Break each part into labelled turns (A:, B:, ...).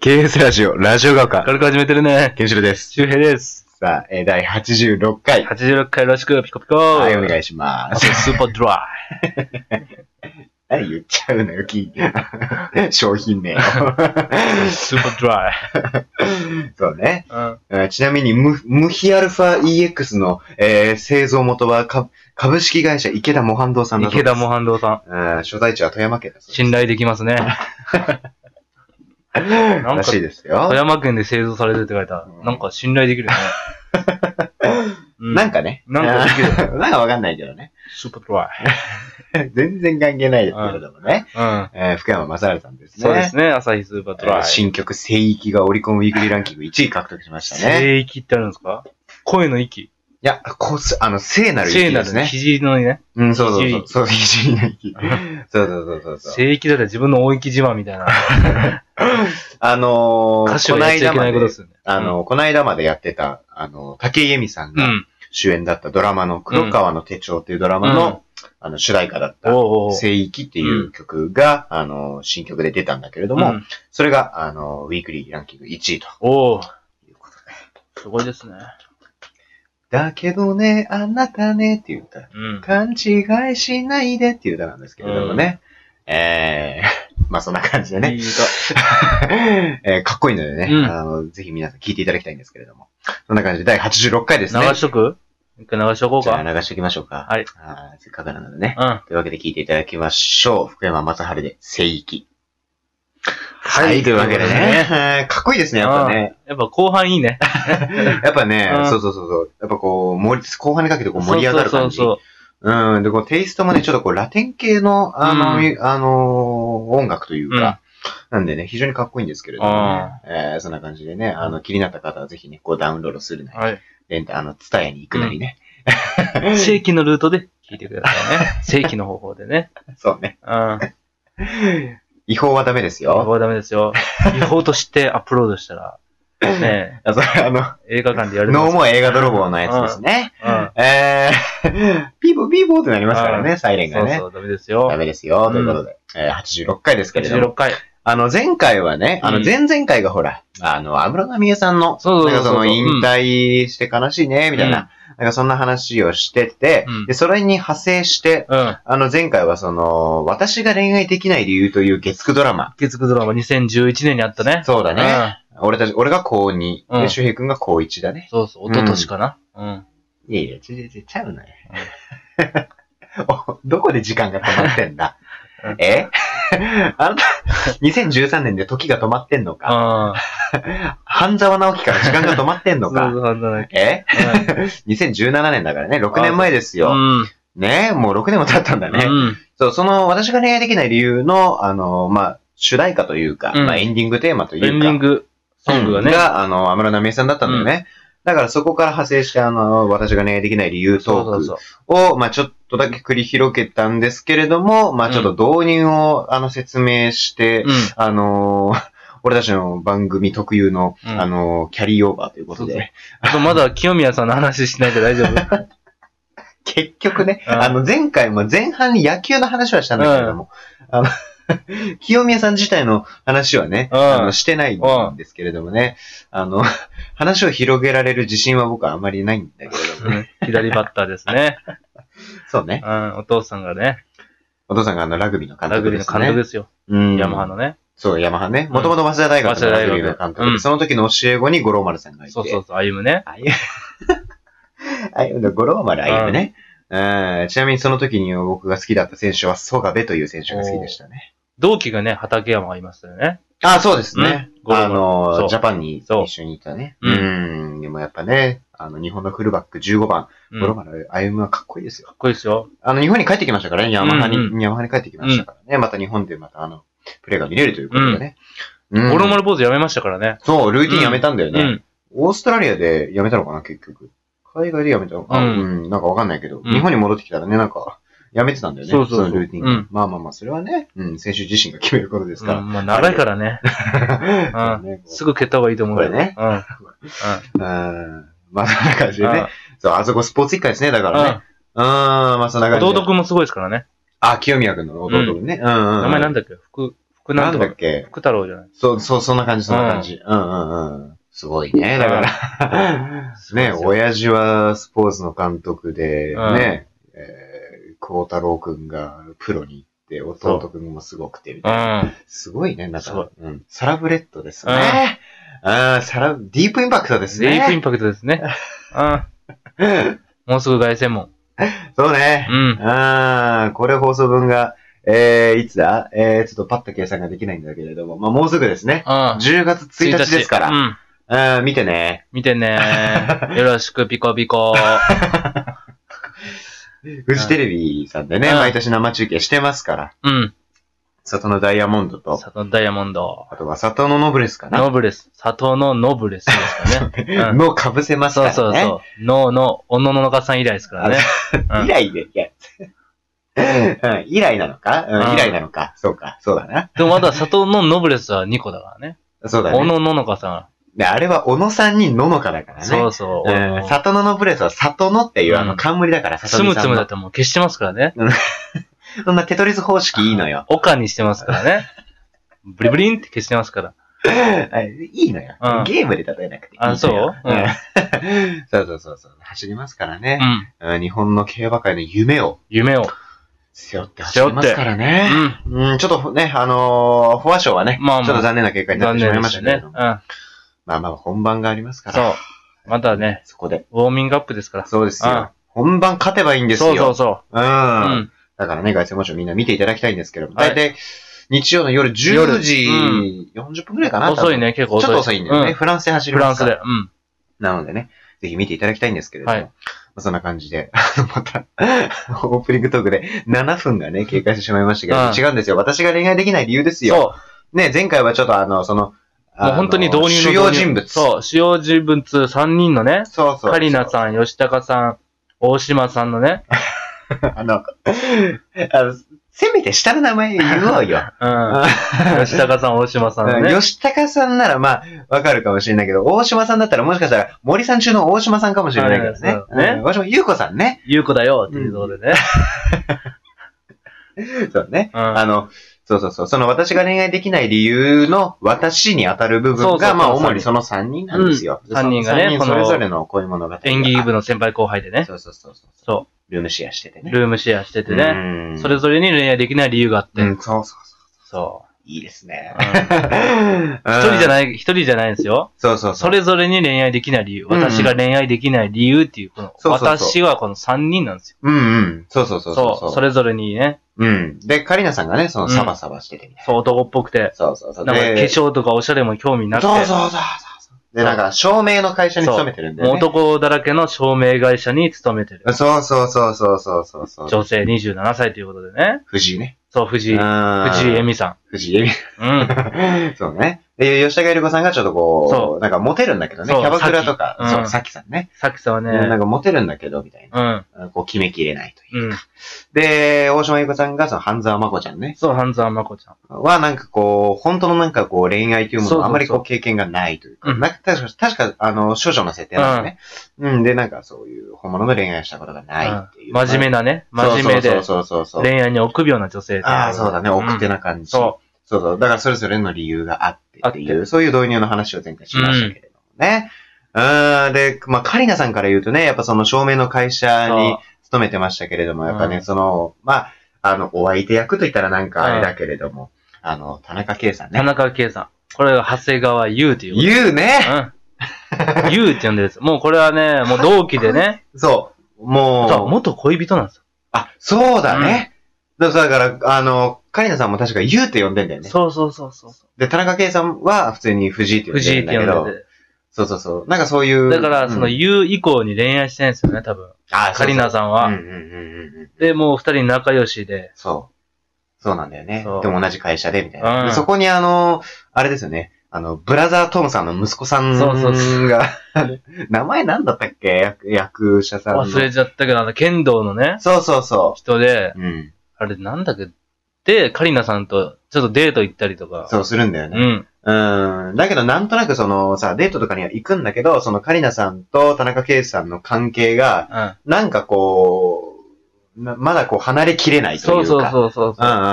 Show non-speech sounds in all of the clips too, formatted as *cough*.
A: KS ラジオ、ラジオが丘、
B: 軽く始めてるね。
A: ケンシロウです。
B: 周平です。
A: さあ、えー、第86回。
B: 86回よろしく、ピコピコ。
A: はい、お
B: い
A: 願いしま
B: あ *laughs*
A: す。
B: スーパードラ
A: 何言っちゃうのよ、き商品名を。 *laughs*
B: イ。スーパードライ。
A: そうね。
B: うん。
A: えーちなみに、ムムヒアルファ EX の、えー製造元はか株式会社池田モハンドウさんだそうです
B: 池田モハンドさん。
A: うん所在地は富山県だそうです。
B: 信頼できますね。なん
A: ら
B: か、
A: しい
B: 富
A: ですよ。
B: 山県で製造されてるって書いた
A: う。ん
B: なんか信頼できるね。う
A: なん、かね。
B: なんかでき
A: *laughs* なんかわかんないけどね。
B: スーパードライ。
A: 全然関係ないですけれどもね。
B: うん。
A: えー福山雅治さんですね。
B: そうですね、朝日スーパード
A: え
B: ラ
A: ー
B: イ。
A: 新曲、聖域がオリコンウィークリーランキング1位獲得しましたね。
B: 聖域ってあるんですか声の息。
A: いや、こうす、あの、聖なる
B: 聖
A: 域
B: な
A: で
B: る
A: す
B: ね
A: ね。
B: 肘のね。
A: うん、そうそう
B: 聖
A: そ
B: 域
A: う。そう、非
B: *laughs*
A: 常に息。そうそうそうそうそう。
B: 聖域だって自分の大域自慢
A: *laughs*
B: みたいな。
A: あの
B: 歌
A: ー、
B: 手
A: こ
B: は
A: な
B: やっ
A: い
B: ち
A: だ
B: ゃいけ
A: ま
B: ないこと
A: で
B: で、すよね。
A: あのー、こないだまでやってた、あのー、竹井絵美さん
B: う
A: が
B: ん。
A: 主演だったドラマの黒川の手帳っていうドラマ
B: うん
A: の、あの、主題歌だっ
B: おう
A: た、
B: おうおう。
A: 聖域っていう曲が、あのー、新曲で出たんだけれど
B: う
A: も
B: ん、
A: それが、あのー、ウィークリーランキング1位と。
B: おお。すごいですね。
A: だけどね、あなたねっていう歌。
B: うん。
A: 勘違いしないでっていう歌なんですけれどもね。えー、 *laughs* まあそんな感じで
B: *laughs* い
A: ね。
B: い歌。
A: *laughs* えーかっこいいのでね、
B: うん
A: あの、ぜひ皆さん聞いていただきたいんですけれども。そんな感じで第86回ですね。
B: 流しとく一回流しとこう
A: じゃ
B: か。
A: あ流しておきましょうか。
B: はい
A: あー。せっかくなのでね。
B: うん。
A: というわけで聞いていただきましょう。福山雅治で聖域。
B: は
A: というわけでね。。はい *laughs* かっこいいですね、やっぱね。
B: やっぱ後半いいね。
A: やっぱね
B: う、ん
A: そうそうそうそう。やっぱこう、盛り後半にかけてこう盛り上がる感じ。
B: そうそう
A: うん。で、こう、テイストもね、ちょっとこう、ラテン系の、あの、
B: うん
A: みあのー音楽というか、なんでね、非常にかっこいいんですけれどもね。えーそんな感じでね、あの、気になった方はぜひね、こう、ダウンロードするな
B: そう。
A: り、
B: はい。
A: レンタあの、ツタヤに行くなりね。
B: *laughs* 正規のルートで聞いてください
A: *laughs*
B: ね。正規の方法でね。
A: そうね。
B: うん。
A: 違法はダメです
B: 違法
A: よ。
B: はダメですよ。違法としてアップロードしたら、ね
A: あ、それ、あの、 *laughs*
B: え映画館でやる
A: ノー
B: も
A: モア映画泥棒のやつですね。
B: うん。
A: *laughs* えー、ピーボーピーボーってなりますからね、サイレン
B: そ
A: が
B: う
A: ね
B: そ。う、ダメですよ
A: ダ。メですよ、ということで。えー86回ですけれども
B: 16。回。
A: あの、前回はね、あ
B: う
A: の、
B: ん
A: 前々回がほら、あの、安室奈美恵さんの、
B: そうそうそ
A: な
B: う
A: んかそ
B: そう
A: の
B: そう
A: 引退して悲しいね、みたいな、なんかそんな話をしてて、
B: うん
A: で、それに派生して、
B: うん。
A: あの、前回はその、私が恋愛できない理由という月9ドラマ。
B: 月9ドラマ2011年にあったね。
A: そうだね。
B: ね。
A: 俺たち、俺が高2、
B: うん
A: で、周平くんが高1だね。
B: そうそう、一昨年かな。うん。
A: いやいや、ちちちちゃうなよ。 *laughs* おどこで時間が止まってんだ
B: うん
A: え *laughs* あなた、2013年で時が止まってんのか
B: あ
A: 半沢直樹から時間が止まってん
B: あ。
A: の
B: そう *laughs* そ
A: か。
B: うそうだね。
A: え *laughs*
B: うん
A: ?2017 年だからね、6年前ですよ。
B: うん。
A: ねもう6年も経ったんだね。
B: うん。
A: そう、その、私が恋愛できない理由の、あの、まあ、主題歌というか、
B: うん
A: まあ、エンディングテーマというか、
B: エンディングソングがね。
A: が、あの、安室奈美恵さんだったんだよね。だからそこから派生して、あの、私が恋愛できない理由
B: そう
A: ト
B: そ
A: ー
B: う
A: ク
B: そう。
A: を、まあ、ちょっとだけ繰り広げたんですけれども、まあ、ちょっと導入を、あの、説明して、
B: う
A: あのー俺たちの番組特有の、
B: うん
A: あのーキャリーオーバーということ
B: そうそ
A: で、
B: ん。あとまだ清宮さんの話しないで大丈
A: *laughs*
B: 夫
A: 結局ね、
B: うん
A: あの、前回も前半に野球の話はしたんだけれども、あの、 *laughs* 清宮さん自体の話はね、
B: うん
A: あのしてないんですけれどもね、あの、話を広げられる自信は僕はあまりないんだけれども
B: う
A: ね、
B: ん左バッターですね。
A: そうね
B: う。ん。お父さんがね、
A: お父さんがあの、ラグビーの監
B: ラグ
A: 督
B: ビー
A: で
B: の
A: すね。
B: 監督ですよ。
A: うん。
B: ヤマハ。のね。
A: そう、ヤマハね。
B: うん
A: もともと早稲田大学のラグビーの監
B: 早稲田大
A: 督
B: 学う
A: で、
B: ん
A: その時の教え子に五郎丸さんがいて。
B: そうそうそう、歩むね。
A: あゆ、あゆ、五郎丸あゆね。うん、ちなみにその時に僕が好きだった選手は、ソガベという選手が好きでしたね。
B: 同期がね、畠山がいましたよね。
A: あ、そうですね。
B: うん五郎
A: あ
B: 丸そ
A: の、
B: う
A: ジャパンに
B: そう
A: 一緒にいたね。
B: う
A: うん。でもやっぱね、あの、日本のフルバック15番、
B: うん。
A: 五郎
B: かっ
A: 丸あゆむはかっこいいですよ。
B: こいいですよ。
A: あの、日本に帰ってきましたからね、ヤマハに、
B: うんう
A: ヤマハに帰ってきましたからね。また日本でまたあの、プレーが見れるということでね。うん
B: 五郎丸ポーズやめましたからね。
A: そう、ルーティンやめたんだよ
B: う
A: ね。
B: ん。
A: オーストラリアで辞めたのかな、結局。海外で辞めたのか、
B: うん
A: うん、なんかわかんないけど、
B: うん
A: 日本に戻ってきたらね、なんか、辞めてたんだよね。
B: そうそうそう
A: のルーティンが、
B: うん
A: まあまあまあ、それはね、うん、選手自身が決めることです *laughs*
B: うん
A: か
B: まあ長いからね。
A: ら。
B: う
A: そうねこう
B: すぐ蹴った方がいいと思うよ
A: これね。
B: うん。うん。
A: うん。まあ、そんな感じで
B: うん
A: ね。そう、あそこスポーツ一家ですね、だか
B: う
A: ら
B: ん
A: ね。うん、まあそんな感じで。
B: 弟くんもすごいですからね。
A: あ、清宮君の弟君ね。うん、うんうん。
B: 名前なんだっけ福、これな
A: なんん
B: と
A: だ
B: か
A: っ、け
B: 福太郎じゃない
A: そう、そう、そんな感じ、そんな感じ。うんうんうん。すごいね。だ
B: *laughs*
A: から、ね、親父はスポーツの監督で、
B: うん
A: ね、えー、孝太郎くんがプロに行って、弟くんもすごくて、みたいな。
B: うん。
A: すごいね、なん
B: すごい
A: か、うん、サラブレッドですね。ああ、サラ、ディープインパクトですね。
B: ディープインパクト
A: *laughs*
B: ですね。うん。もうすぐ凱旋門。
A: そうね
B: う。ん。
A: ああ、これ放送分が、えー、いつだえー、ちょっとパッと計算ができないんだけれども、まあ、もうすぐですね。
B: うん。
A: 10月1日ですから。
B: うん。
A: あー見てね。
B: 見てね。
A: *laughs*
B: よろしく、ピコピコ。
A: フジテレビさんでね、
B: うん
A: 毎年生中継してますから。
B: うん。
A: 里のダイヤモンドと、
B: 佐藤ダイヤモンド。
A: あとは里のノブレスかな。
B: ノブレス。佐藤のノブレスですか
A: *laughs*
B: ね。うん
A: のかぶせますか
B: そ
A: ら
B: う
A: ね。
B: そうそう。ノーの、おのののかさん以来ですからね。うん
A: 以来で、いや。うん以来なのか、うん
B: うん
A: 以来なのか。そうか、そうだな。
B: でもまだ佐藤のノブレスは2個だからね。
A: そうだ
B: お
A: ね。
B: のののかさ
A: であれは小野さんにののかだから
B: ん。
A: ね。
B: そうそう。
A: えー、里野のブレスは里野っていうあの冠だから、
B: つ
A: 里野
B: む
A: さ
B: つ
A: ん
B: むだ
A: の
B: っ。てもう消してますからね。
A: そんなテトリス方式いいのよ。
B: 岡にしてますか
A: *laughs*
B: らね。ブリブリンって消してますから。
A: はいいいのよ
B: うん。
A: ゲームで例えなくていいのよ。
B: あ、そううん。
A: ん *laughs* そうそうそうそう。走りますから
B: う
A: ね、
B: ん。
A: うん日本の競馬界の夢を
B: 夢を。
A: 背負って走りますから
B: う
A: ね。
B: ん。
A: うん、ちょっとね、あのー、フォア賞はね、
B: まあまあ
A: ちょっと残念な結果になって
B: 残
A: しまい
B: 念で
A: ま
B: し
A: したたけれ
B: ね。
A: ど
B: う
A: も。
B: ん。
A: まあまあ、本番がありますから。
B: そう。またね、
A: そこで。
B: ウォーミングアップですから。
A: そうです
B: うん
A: よ。本番勝てばいいんですよ。。
B: そうそうそうう。うんん。
A: だからね、外線文書みんな見ていただきたいんですけども、
B: はい
A: 大体、日曜の夜10時40分くらいかな、多分
B: 遅い。ね、結構
A: ちょっ
B: 遅
A: と遅い
B: い。
A: んだよね。
B: う
A: フランスで走り
B: フラ
A: ま
B: ン
A: す
B: ス
A: から
B: で。うん。
A: なのでね、ぜひ見ていただきたいんですけれども、
B: はい
A: まあそんな感じで、 *laughs* あのまた、オープニングトークで7分がね、経過してしまいましたけど、
B: うん
A: 違うんですよ。私が恋愛できない理由ですよ。
B: そ
A: ね、前回はちょっとあの、その、
B: う。もう本当に導入の
A: 主
B: 導入
A: 要人物。
B: そう。主要人物3人のね、
A: そうそう。
B: カリナさん、吉高さん、大島さんのね、
A: ん。あの、 *laughs* あのせめて下の名前言おうよ。
B: *laughs*
A: *laughs*
B: うん。吉高さん、大島さんのね。
A: 吉高さんならまあ、わかるかもしれないけど、大島さんだったらもしかしたら森さん中の大島さんかもしれないから
B: はい
A: ね
B: そう。だね
A: うん大島優子さんね。
B: ゆうこだよっていうところでね。
A: そうね。
B: う
A: あ
B: ん。
A: の、そうそうそう。その私が恋愛できない理由の私に当たる部
B: そ
A: 分
B: うそう
A: が、
B: そう
A: まあ主にその3人なんですよ。
B: うん三人がね
A: 3人
B: こ
A: そ
B: の
A: れぞれの恋物語。
B: 演技部の先輩後輩でね。
A: そうそうそうそう。
B: そ
A: ルームシェアしてて
B: う。
A: ね。
B: ルームシェアしててね。
A: うん
B: それぞれに恋愛できない理由があって。
A: うん、そうそうそう。
B: そ
A: いいです
B: う。 *laughs*
A: ね
B: う。ん
A: 一
B: 一人じゃ
A: い。
B: ない、一人じゃないんですよ。
A: そうそうそ。
B: そうれぞれに恋愛できない理由。
A: うん
B: 私が恋愛できない理由っていう、この、
A: そうそうそう
B: 私はこの3人なんですよ。
A: うんうん。そうそうそう
B: そう
A: そう。
B: それぞれにね、
A: うん。で、カリナさんがね、そのサバサバしててみたいな。
B: そう男っぽくて、
A: そうそうそう。
B: なんか化
A: で
B: 粧とかおしゃれも興味なくて、
A: そうそうそうそう。で、なんか、照明の会社に勤めてるんだ
B: も
A: よ
B: う
A: ね。
B: 男だらけの照明会社に勤めてる。
A: そうそうそうそうそうそうそう。
B: 女性27歳ということでね。
A: 藤井ね。
B: そう、藤井、藤
A: 藤
B: 井恵。美さ
A: 藤井恵
B: ん。うん。
A: 美。 *laughs* そうね。で、吉高由里子さんがちょっとこ、
B: そう
A: なんかモテるんだけどね。
B: そ
A: キ
B: う
A: ャバクラとかそ
B: さっ、きうん
A: う、さきさんね。
B: さきさんはね、
A: なんかモテるんだけど、みたい
B: うん。
A: な。こう、決めきれないという。
B: うん。
A: で、大島優子さんが、その、半沢まこちゃんね。
B: そう、半沢まこちゃん。
A: は、なんかこう、本当のなんかこう、恋愛というものをあまりこう、経験がないというか、
B: うん
A: なんか確か、確か、あの、少女の設定なんでね。うん、で、なんかそういう、本物の恋愛をしたことがないっていう。
B: うん真面目なね、真面目で、
A: そうそうそうそうそう。
B: 恋愛に臆病な女性
A: ああ、そうだね、奥手
B: な。
A: な感じ。
B: そ
A: そうそう。だからそれぞれの理由があってってい
B: あっ
A: う、そういう導入の話を前回しましたけれどもね。うーん、で、まあ、カリナさんから言うとね、やっぱその照明の会社に勤めてましたけれども、やっぱね、
B: うん
A: その、まあ、あの、お相手役と言ったらなんかあれだけれども、あの、田中圭さん
B: う。田
A: ね。
B: 中圭さん。これが長谷川優っていう。
A: 言うね
B: *laughs* うん。ユーって呼んでるんです。もうこれはね、もう同期でね。
A: そう。*laughs*
B: そう、
A: もう、
B: 元恋人なんですよ。
A: あ、そうだね。だだから、あの、カリナさんも確か言うって呼んでんだよね。
B: そうそうそうそう。
A: で、田中圭さんは普通に藤井って呼んで
B: 藤井
A: る
B: っ
A: ん
B: て
A: だ
B: 呼
A: け
B: ん
A: ど、
B: でて。
A: そうそうそう。なんかそういう。
B: だから、その
A: うん、
B: ユー以降に恋愛してないんですよね、多分。
A: あ
B: カリナさん
A: んうん
B: は。
A: うんうんうん。
B: で、もう二人仲良しで。
A: そう。そうなんだよね。
B: そう
A: でも同じ会社で、みたいな、
B: うん
A: でそこにあの、あれですよね。あの、ブラザー・トムさんの息子さんが、
B: そうそうそ
A: *laughs* 名前なんだったっけ役役者さんの。
B: 忘れちゃったけど、あの、剣道のね、
A: そうそうそ
B: 人で、
A: う。うん。
B: あれなんだっけで、カリナさんとちょっとデート行ったりとか。
A: そうするんだよ
B: う
A: ね。
B: ん。
A: うん。だけど、なんとなくそのさ、デートとかには行くんだけど、そのカリナさんと田中圭さんの関係が、
B: うん。
A: なんかこう、ままだこう離れきれないという
B: そ
A: か。
B: うそう
A: う。
B: そうそう
A: うんうんうんう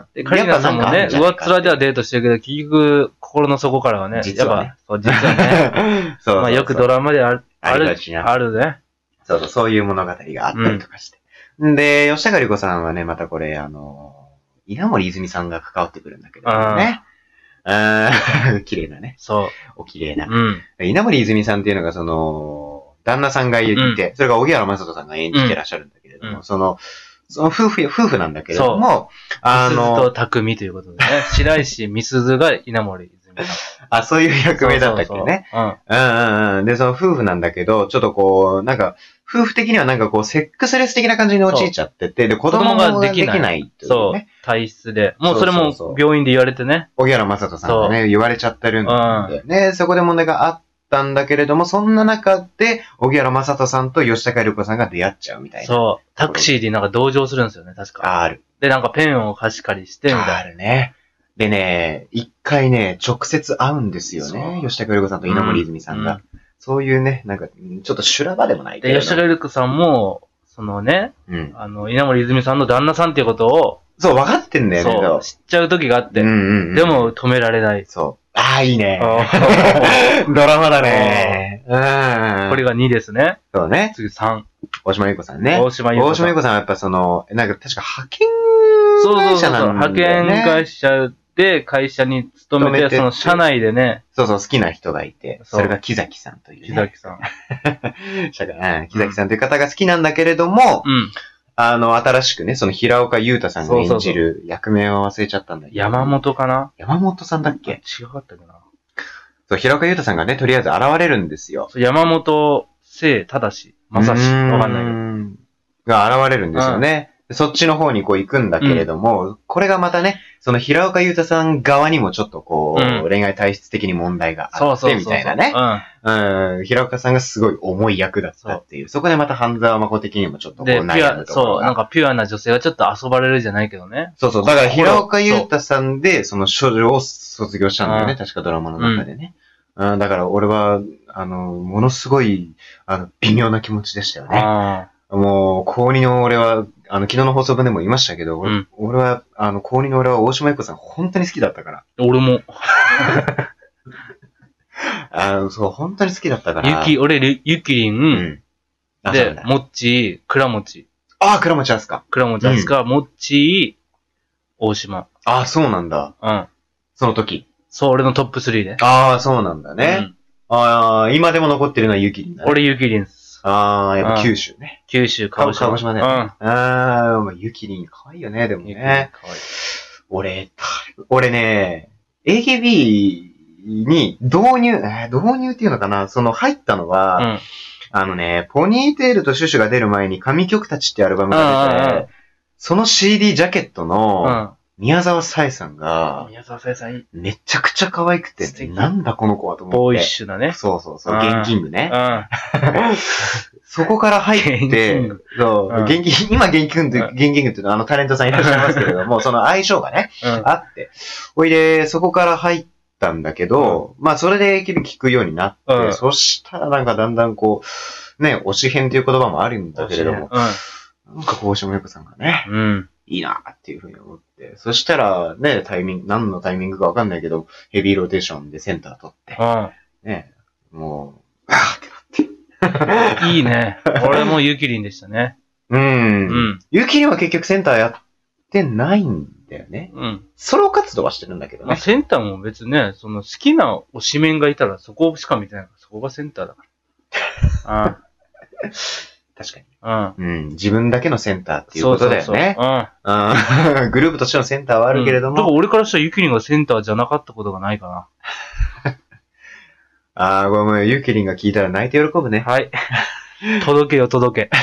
A: ん。
B: で、カリナさんもね、上っ面ではデートしてるけど、結局、心の底からはね、
A: 実はね
B: やっぱ、 *laughs* そう、
A: *laughs*
B: 実はね、
A: ね。そうそうそう
B: まあよくドラマである、
A: あ
B: あ
A: り
B: る
A: がち、な
B: あるね。
A: そうそう、そういう物語があったりとかして。で、吉高里子さんはね、またこれ、あの、稲森泉さんが関わってくるんだけどね。あー *laughs* 綺麗なね。
B: そ
A: お綺麗
B: う。
A: な。
B: うん。
A: 稲森泉さんっていうのが、その、旦那さんがいて、それが荻原正人さんが演じてらっしゃるんだけれども、
B: うん
A: その、その夫婦、夫婦なんだけれども、あ
B: あの、と
A: の、
B: 匠ということでね。白石美鈴が稲森泉さ
A: あ、そういう役
B: ん。
A: 名だったっけね。
B: そうそう
A: うんうんうん。で、その夫婦なんだけど、ちょっとこう、なんか、夫婦的にはなんかこう、セックスレス的な感じに陥っちゃってて、で、子供
B: 子供
A: が
B: が
A: で
B: で
A: き
B: きない
A: ないと
B: そう。
A: い
B: うん。そうう
A: ね。。
B: 体質で。もうそれ
A: そう
B: も
A: そうそう
B: 病院で言われてね。
A: 小原正人さんがね、言われちゃってるんだよね。そこで問題があったんだけれども、そんな中で、小原正人さんと吉高由里子さんが出会っちゃうみたいな。
B: そう。タクシーでなんか同情するんですよね、確か。
A: ある。
B: で、なんかペンを貸し借りして、みた
A: あ
B: い
A: るね。でね、一回ね、直接会うんですよね。
B: そう
A: 吉高由里子さんと稲森泉さんが。
B: うん
A: そういうね、なんか、ちょっと修羅場でもない
B: な。
A: けれど。
B: で、吉田瑠璃子さんも、そのね、
A: うん。
B: あの、稲森泉さんの旦那さんっていうことを、
A: そう、分かってんだよね、
B: そう、知っちゃう時があっ
A: で
B: て、
A: も。うんうんうん
B: でも止められない。
A: そう。ああ、いい
B: *laughs*
A: ね。
B: こ
A: ドラマだね。うん。
B: れ
A: が。
B: が2ですね。
A: そうね。
B: 次3。
A: 大島優子さんね。
B: 大島優子
A: 大
B: さん
A: 島優子さんはやっぱその、なんか確か派遣
B: そうそう
A: 会
B: そ
A: 社
B: う
A: な
B: そ
A: ん
B: う。
A: だ
B: 派
A: よね。
B: 遣会社で会社に勤め
A: 勤め
B: て、
A: て
B: その社内でね、
A: そうそう、好きな人がいて、
B: そ
A: そうれが木崎さんという
B: 木
A: ね。
B: 崎さん。
A: 社会うん木崎さんという方が好きなんだけれども、
B: うん。
A: あの、新しくね、その平岡優太さんが演じる役名を忘れちゃったんだけど。
B: 山。本かな
A: 山本さんだっけ
B: 違かったかな。
A: そう、平岡優太さんがね、とりあえず現れるんですよ。
B: そう山本聖正、正し、わかんない
A: い
B: けど。
A: が現れるんですよね。そっちの方にこう行くんだけれども、これがまたね、その平岡優太さん側にもちょっとこう、
B: うん
A: 恋愛体質的に問題が
B: そ
A: あっ
B: うそう
A: て
B: そう。
A: みたいなね。うん、平岡さんがすごい重い役だったっていう。そこでまた半沢誠的にもちょっ
B: う
A: と
B: ん。
A: こう
B: で、ピ
A: 悩む
B: ュア、
A: ところ
B: そう、なん
A: が。
B: かピュアな女性がちょっと遊ばれるじゃないけどね。
A: そうそう。だから平岡優太さんで、その少女を卒業したんだよね。
B: うん
A: 確かドラマの中でね。うん、だから俺は、あの、ものすごい、あの、微妙な気持ちでしたよね。
B: あ
A: もう、高2の俺は、あの、昨日の放送分でも言いましたけど、俺,、
B: うん
A: 俺は、あの、高2の俺は大島優子さん本当に好きだったから。
B: あ。俺も、
A: あの、そう、本当に好きだったから。
B: ゆき、俺、ゆゆきり、
A: うんん。あ、そうなん
B: で
A: だ、
B: もっちー、くらもち、
A: あ、倉持明日香。
B: くらもちあすか、もっちー、大島。
A: あ、そうなんだ。
B: うん。
A: その時。
B: そう、俺のトップ3ね。
A: ああ、そうなんだね。ああ、今でも残ってるのはゆきりん
B: う
A: だ、
B: ん。
A: ね。。
B: 俺、ゆきりんです。
A: ああ、やっぱ九州ね。
B: 九州、鹿児島。
A: 鹿児島だよ
B: ね。
A: ああ、まあゆきりん、可愛いよね、でも
B: うん。ゆきりん、
A: ね。
B: かわいい。
A: 俺、た俺ね、AKB に導入、えー導入っていうのかなその入ったのは、
B: うん。
A: あのね、ポニーテールとシュシュが出る前に神曲たちってアルバムが
B: うんう
A: 出
B: んう
A: て、その CD ジャケットの
B: う
A: 宮沢さえさん
B: ん。
A: が
B: 宮沢さやさん、
A: めちゃくちゃ可愛く
B: 素
A: て、
B: 敵
A: なんだこの子はと思って。
B: ボーイッシュなね。
A: そうそうそう、
B: うん
A: ゲンキング
B: う
A: ね。
B: ん。
A: *laughs* そこから入っ
B: ゲンキ
A: て
B: ング、
A: そう
B: うん
A: ゲンキング今ゲンキング
B: う
A: って、ゲンキングっていうのはあのタレントさんいらっしゃいますけれ
B: *laughs*
A: ども、その相性がね、
B: うん。
A: あって。おいで、そこから入ったんだけど、まあそれで AKB 聞くようになって、
B: うん
A: そしたらなんかだんだんこう、ね、推し編という言葉もあるんだけれども、なんかこう大島優子さんがね、
B: うん。うん。
A: いいなっていうふうに思って、そしたらね、タイミング、何のタイミングかわかんないけど、ヘビーローテーションでセンター取って、
B: う
A: ね、もう、あーって
B: ん。いいね。俺もゆきりんでしたね。
A: うん。
B: うん。
A: ゆきりんは結局センターやってないんだよね。
B: うん。
A: ソロ活動はしてるんだけど
B: まあ、
A: ね。
B: センターも別にね、その好きな推しメンがいたらそこしか見てないから、そこがセンターだから。
A: 確かに。
B: うん。うん。
A: うん。自分だけのセンターっていうことだよ
B: そうそう
A: ね。
B: そううん。
A: うんグルー *laughs* プとしてのセンターはあるけれど
B: うんだか
A: も、
B: ら俺からしたらユキリンがセンターじゃなかったことがないか
A: ああ、ごめん、ゆきりんが聞いたら泣いて喜ぶ
B: な。
A: ね。
B: はい。届けよ、届け。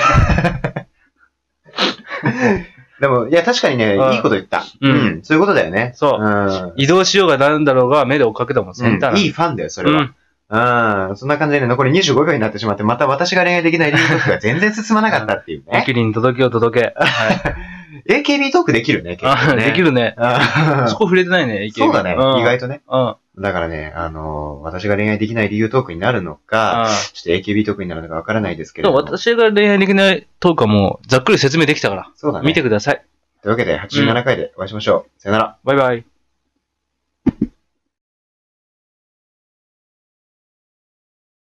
A: でも、いや、確かにね、
B: うん
A: いいこと言った。
B: うん
A: うん。そういうことだよね。
B: そう
A: うん。
B: 移動しようがなんだろうが目で追っかけたもん、センター
A: うん
B: なん
A: い
B: て
A: いファンだよ、それ
B: う
A: は。
B: ん。
A: うん。そんな感じでね、残り25秒になってしまって、また私が恋愛できない理由トークが全然進まなかったっていう
B: ユ
A: ね。
B: キリン届けよ、届け。はい。
A: AKB トークできるね、結構
B: あ
A: ね。
B: できるね。
A: うん。
B: そこ触れてないね、ユキリ
A: そ
B: ン
A: うだね、意外とね。
B: うん。
A: だからね、あのー私が恋愛できない理由トークになるのか、
B: あ
A: ちょっと AKB トークになるのかわからないですけ
B: で
A: れ
B: も
A: ども。
B: 私が恋愛できないトークはもうざっくり説明できたか
A: そうだ
B: ら、
A: ね。
B: 見てください。
A: というわけで、87回でお会いしましょう。さよなら。
B: バイバイ。